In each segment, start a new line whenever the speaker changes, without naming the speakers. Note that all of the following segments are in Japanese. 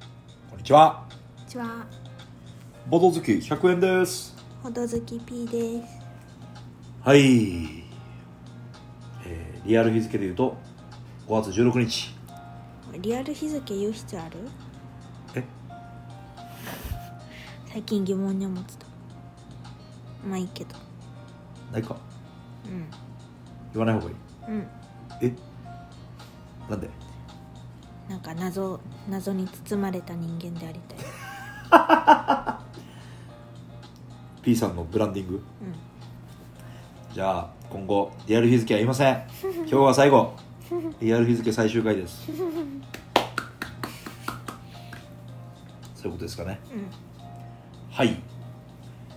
ちは
こんにちは、
ボト好き100円です
ほどずき P です。
はい、えーリアル日付で言うと5月16日
リアル日付言う必要ある
え
最近疑問に思ってた。まあいいけど。
ないか
うん。
言わない方がいい
うん。
えなんで
なんか謎、謎に包まれた人間でありたい。
P さんのブランディング
うん。
じゃあ今後リアル日付は言いま せん今日は最後リアル日付最終回です そういうことですかね
うん。
はい、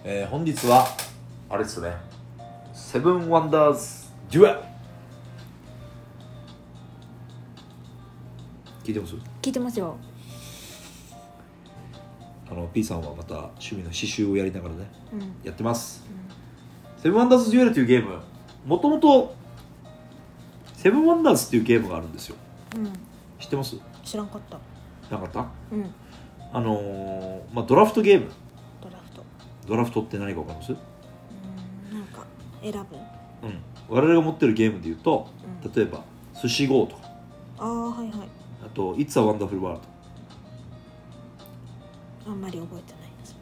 えー本日はあれですねセブンワンダーズデュエ聞いてます
聞いてますよ。
あの P さんはまた趣味の刺繍をやりながらね
うん。
やってますセブンワンダーズデュエルというゲームもともとセブンワンダーズっていうゲームがあるんですよ
うん。うん。
知ってます
知らんかった。
なかった
うん。
あのーまあ、ドラフトゲーム
ドラフト。
ドラフトって何か分かります
うん。なんか、選ぶ。うん。
うん我々が持ってるゲームでいうと例えば「スシゴー」とか
ああ、はいはい。
あと「It's a Wonderful World
あんまり覚えてないです。」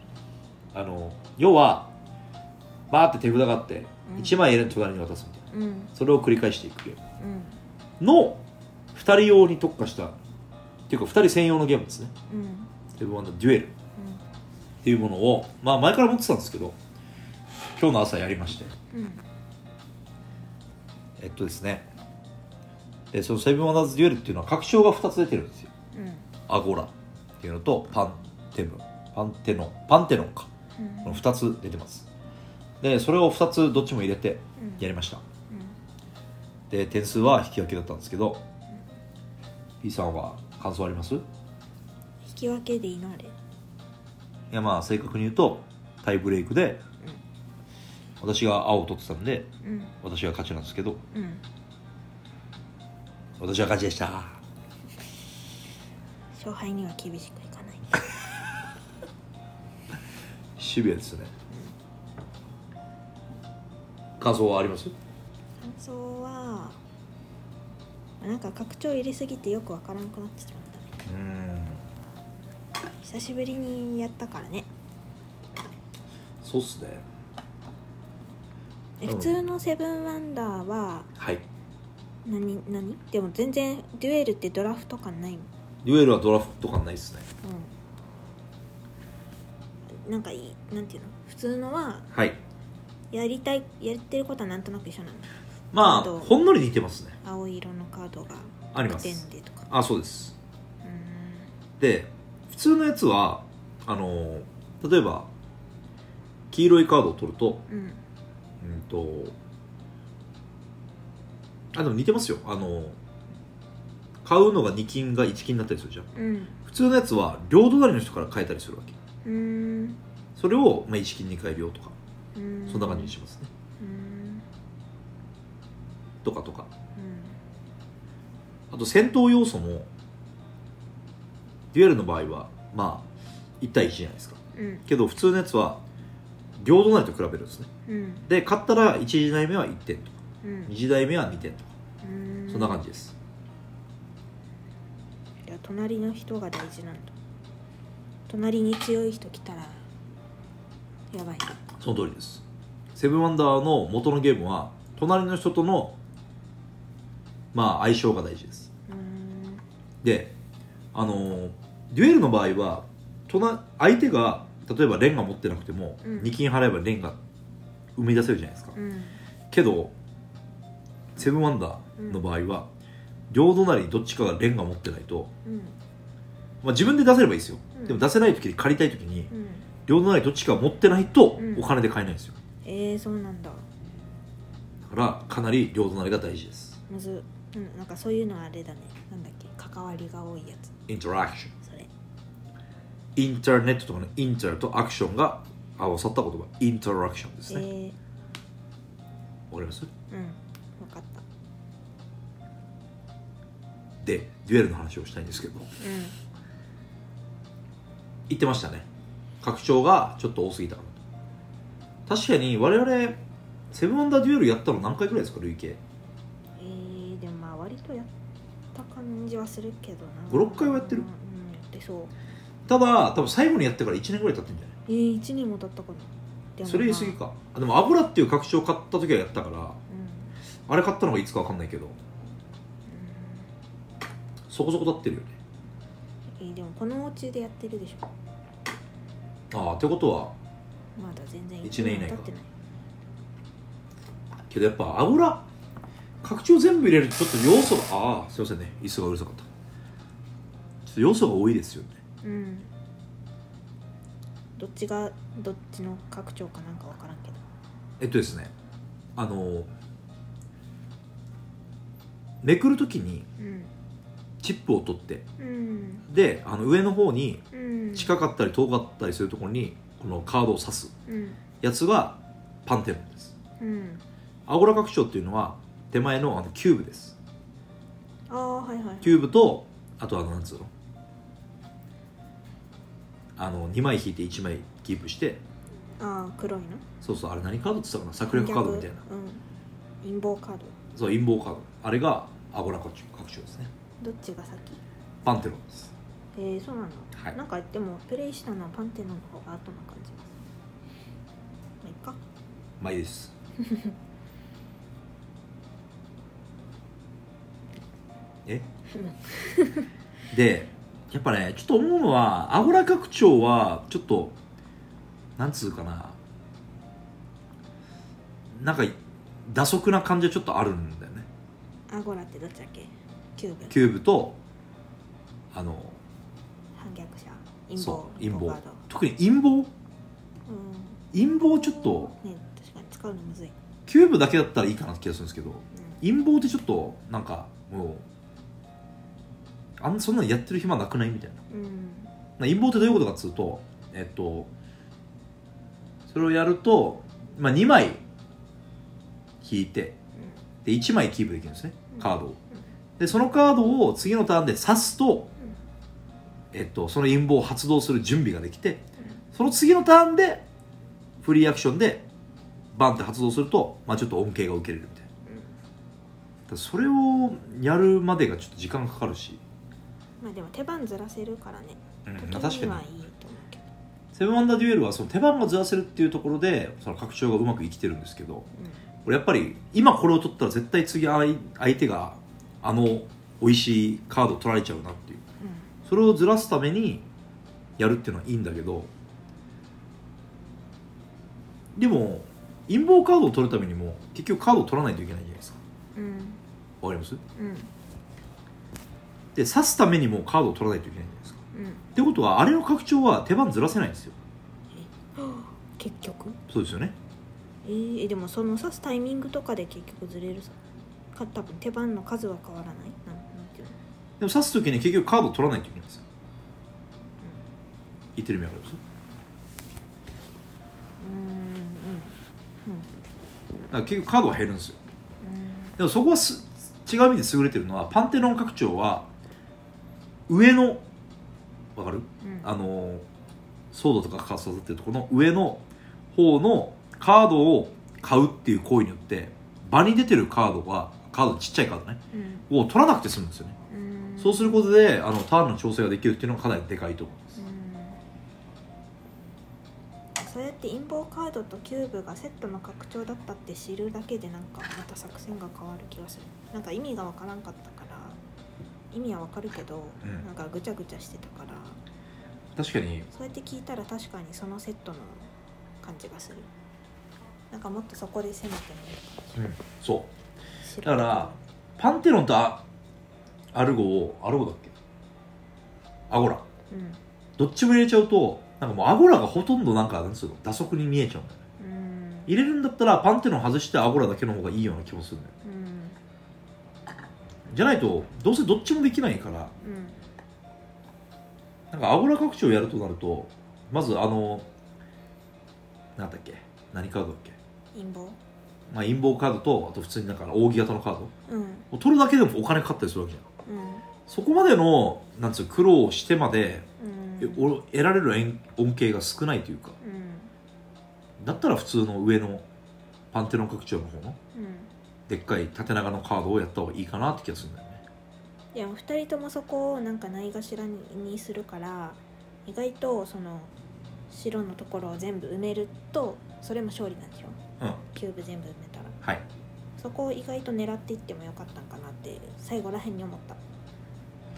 あの要はバーって手札があって
うん
1枚入れて隣に渡すみたいな
うん。うん。
それを繰り返していくゲームの2人用に特化したっていうか2人専用のゲームですね
うん。うん。
セブンデュエルっていうものをまあ前から持ってたんですけど今日の朝やりまして
うん。うん。
えっとですねでそのセブンワンダーズデュエルっていうのは確証が2つ出てるんですよ
うん。
アゴラっていうのとパンテムパンテノンパンテノンか
うん
この2つ出てますでそれを2つどっちも入れて
うん
やりました
うん
で点数は引き分けだったんですけど P さんは感想ありますい
引き分けでいいのあれ
やまあ正確に言うとタイブレイクで私が青を取ってたんで
うん
私が勝ちなんですけど
うん
私は勝ちでした
勝敗には厳しくいかない
シビアですね感想はあります
感想はなんか拡張入れすぎてよくわからなくなってしまっ
うん
た久しぶりにやったからね
そうっすね
え
うん
普通の「セブンワンダーは
はい
何何でも全然デュエルってドラフト感ないもん
デュエルはドラフト感ないっすね
うんなんかいいなんていうの普通のは
はい
やりたいやってることはなんとなく一緒なの
まあ
あと
ほんのり似てますね
青色のカードが
ありま
5
す
点でとか
あそうです
うん
で普通のやつはあの例えば黄色いカードを取ると
うん
うんとあでも似てますよあの買うのが2金が1金になったりするじゃん
うん
普通のやつは両隣の人から変えたりするわけ
うーん
それを、まあ、1金に変えるよとか
うーん
そんな感じにしますね
うーん
とかとかあと戦闘要素もデュエルの場合はまあ1対1じゃないですか
うん
けど普通のやつは両隣と比べるんですね
うん
で勝ったら1時代目は1点とか
うん
2時代目は2点とか
うん
そんな感じです、
じいや隣の人が大事なんだ隣に強い人来たらやばい
その通りですセブンワンダーの元のゲームは隣の人とのまあ相性が大事です
うーん
であのーデュエルの場合は隣相手が例えばレンガ持ってなくても、
うん
2金払えばレンガ生み出せるじゃないですか、
うん
けどセブンワンダーの場合は、両隣どっちかがレンガ持ってないと、
うん
まあ、自分で出せればいいですよ、
うん
でも出せない時に借りたい時に
うん
両隣どっちか持ってないと
うん
お金で買えないんですよ、
えー、そうなんだ
だからかなり両隣が大事です
むずうんなんかそういうのはあれだねなんだっけ関わりが多いやつ
インタラクション
それ
インターネットとかのインターとアクションが合わさった言葉インタラクションです
え
ねわ、
ー、
かります
うん分かった
でデュエルの話をしたいんですけど
う
言ってましたね拡張がちょっと多すぎたかなと確かに我々セブンアンダーデュエルやったの何回くらいですか累計
えー、でもまあ割とやった感じはするけどな
5 6回はやってる
うんやってそう
ただ多分最後にやってから1年ぐらい経ってんじゃない
えー、1年も経ったかなでも
それ言い過ぎかあでも油っていう拡張買った時はやったから
うん
あれ買ったのがいつか分かんないけどそこそこ経ってるよね
うんえー、でもこのお家でやってるでしょ
ああってことは
まだ全然
一年以内
経
か
ってない
けどやっぱ油拡張全部入れるとちょっと要素がああすいませんね椅子がうるさかったちょっと要素が多いですよね
うんどっちがどっちの拡張かなんかわからんけど
えっとですねあのめくるときに
うん
チップを取って
うん
であの上の方に
うん
近かったり遠かったりするところにこのカードを刺す
うん
やつがパンテロンです
うん
アゴラ拡張っていうのは手前のあのキューブです
ああはいはい
キューブとあとあのなんつうのあの2枚引いて1枚キープして
ああ黒いの
そうそうあれ何カードって言ってたかな策略カードみたいな
逆うん陰謀カード
そう陰謀カードあれがアゴラ拡張ですね
どっちが先
パンテロンです
えー、そうなんだ、
はい
なんかでもプレイしたのはパンテノンの方が後な感じますまあいっか
まあいいですえでやっぱねちょっと思うのはあごら拡張はちょっとなんつうかななんか打足な感じはちょっとあるんだよね
アゴラってどっちだっけキューブ
キューブとあの
反逆者陰謀
そう陰謀
カード
特に陰謀
う
陰謀ちょっと
んね確かに使うのむずい、
キューブだけだったらいいかなって気がするんですけど
う
陰謀ってちょっとなんかもうあんそんなのやってる暇なくないみたいなん
うん、
な陰謀ってどういうことかっつうとえっとそれをやると、まあ、2枚引いてで1枚キープできるんですね
うん
カードをでそのカードを次のターンで刺すと、えっと、その陰謀を発動する準備ができてその次のターンでフリーアクションでバンって発動すると、まあ、ちょっと恩恵が受けれるみたいなだからそれをやるまでがちょっと時間かかるし、
まあでも手番ずらせるからね
うん
時
まあ確か
に
に
はいいと思うけど、
セブンアンダーデュエルはその手番がずらせるっていうところでその拡張がうまく生きてるんですけどこれやっぱり今これを取ったら絶対次あい相手があの美味しいカード取られちゃうなっていう
うん
それをずらすためにやるっていうのはいいんだけどでも陰謀カードを取るためにも結局カードを取らないといけないじゃないですか
うん
わかります
うん
で刺すためにもカードを取らないといけないじゃないですか
うん、うん
ってことはあれの拡張は手番ずらせないんですよ
結局
そうですよね
えー、でもその刺すタイミングとかで結局ずれるさか多分手番の数は変わらないなんなんていうの
でも刺す時に結局カードを取らないといけないんですよ言ってる意味わかりますだから結局カードは減るんですよでもそこはす違う意味で優れてるのはパンテロン拡張は上のわかる
うんうんうんうん
あのーソードとかカードってるところの上の方のカードを買うっていう行為によって場に出てるカードはカードちっちゃいカードね
うん
を取らなくて済むんですよね
うん
そうすることであのターンの調整ができるっていうのがかなりでかいと思う
うんそうやって陰謀カードとキューブがセットの拡張だったって知るだけでなんかまた作戦が変わる気がするなんか意味がわからんかったから意味はわかるけど、
うん
なんかぐちゃぐちゃしてたから
確かに
そうやって聞いたら確かにそのセットの感じがするなんかもっとそこで攻めてみる
そう
知
だからパンテロンとアアルゴをアルゴだっけアゴラ
うん
どっちも入れちゃうとなんかもうアゴラがほとんどなんかなんつうの打足に見えちゃうんだよね
うん
入れるんだったらパンテロン外してアゴラだけの方がいいような気もするんだよ
うん
じゃないとどうせどっちもできないから
うん
なんかアゴラ拡張やるとなるとまずあのなんだっけ何カードだっけ、
陰謀
まあ、陰謀カードとあと普通になんか扇形のカード
うん
を取るだけでもお金かかったりするわけじゃん
うん
そこまでのなんつう苦労をしてまで
うんうん
えお得られる円恩恵が少ないというか
うん
だったら普通の上のパンテノン拡張の方の
うん
でっかい縦長のカードをやった方がいいかなって気がするんだよね
いや2人ともそこをなんかないがしらににするから意外とその白のところを全部埋めるとそれも勝利なんでしょ
うん
キューブ全部埋めたら
はい
そこを意外と狙っていってもよかったんかなって最後らへんに思った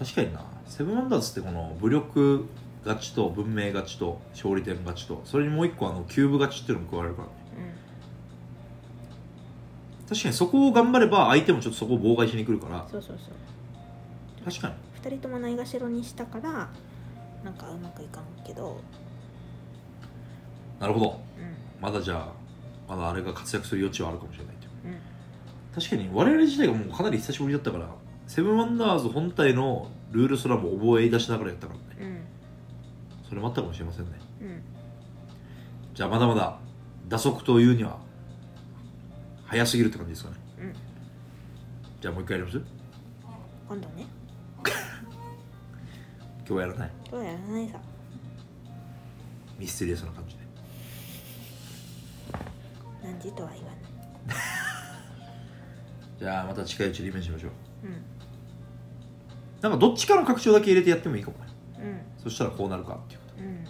確かになセブンワンダーズってこの武力勝ちと文明勝ちと勝利点勝ちとそれにもう一個あのキューブ勝ちっていうのも加われるからね確かにそこを頑張れば相手もちょっとそこを妨害しに来るから
そうそうそう
確かに
2人ともないがしろにしたからなんかうまくいかんけど
なるほど
う
まだじゃあまだあれが活躍する余地はあるかもしれないというん
うん
確かに我々自体がもうかなり久しぶりだったからセブンワンダーズ本体のルールすらも覚え出しながらやったからね
うん
それもあったかもしれませんね
うん
じゃあまだまだ打足というには早すぎるって感じですかね
うん
じゃあもう一回やります
今度ね
今日はやらない
どうやらないさ
ミステリアスな感じで
何時とは言わない
じゃあまた近いうちリベンジしましょう
う
なんかどっちかの拡張だけ入れてやってもいいかもね
んうん
そしたらこうなるかっていうこ
うん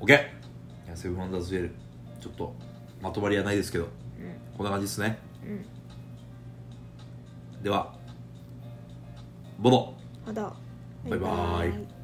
と OK いやセブンワンダーズエルちょっとまとまりはないですけど
う
こんな感じですね
んうん
ではボド
ほど
バイバイ
イ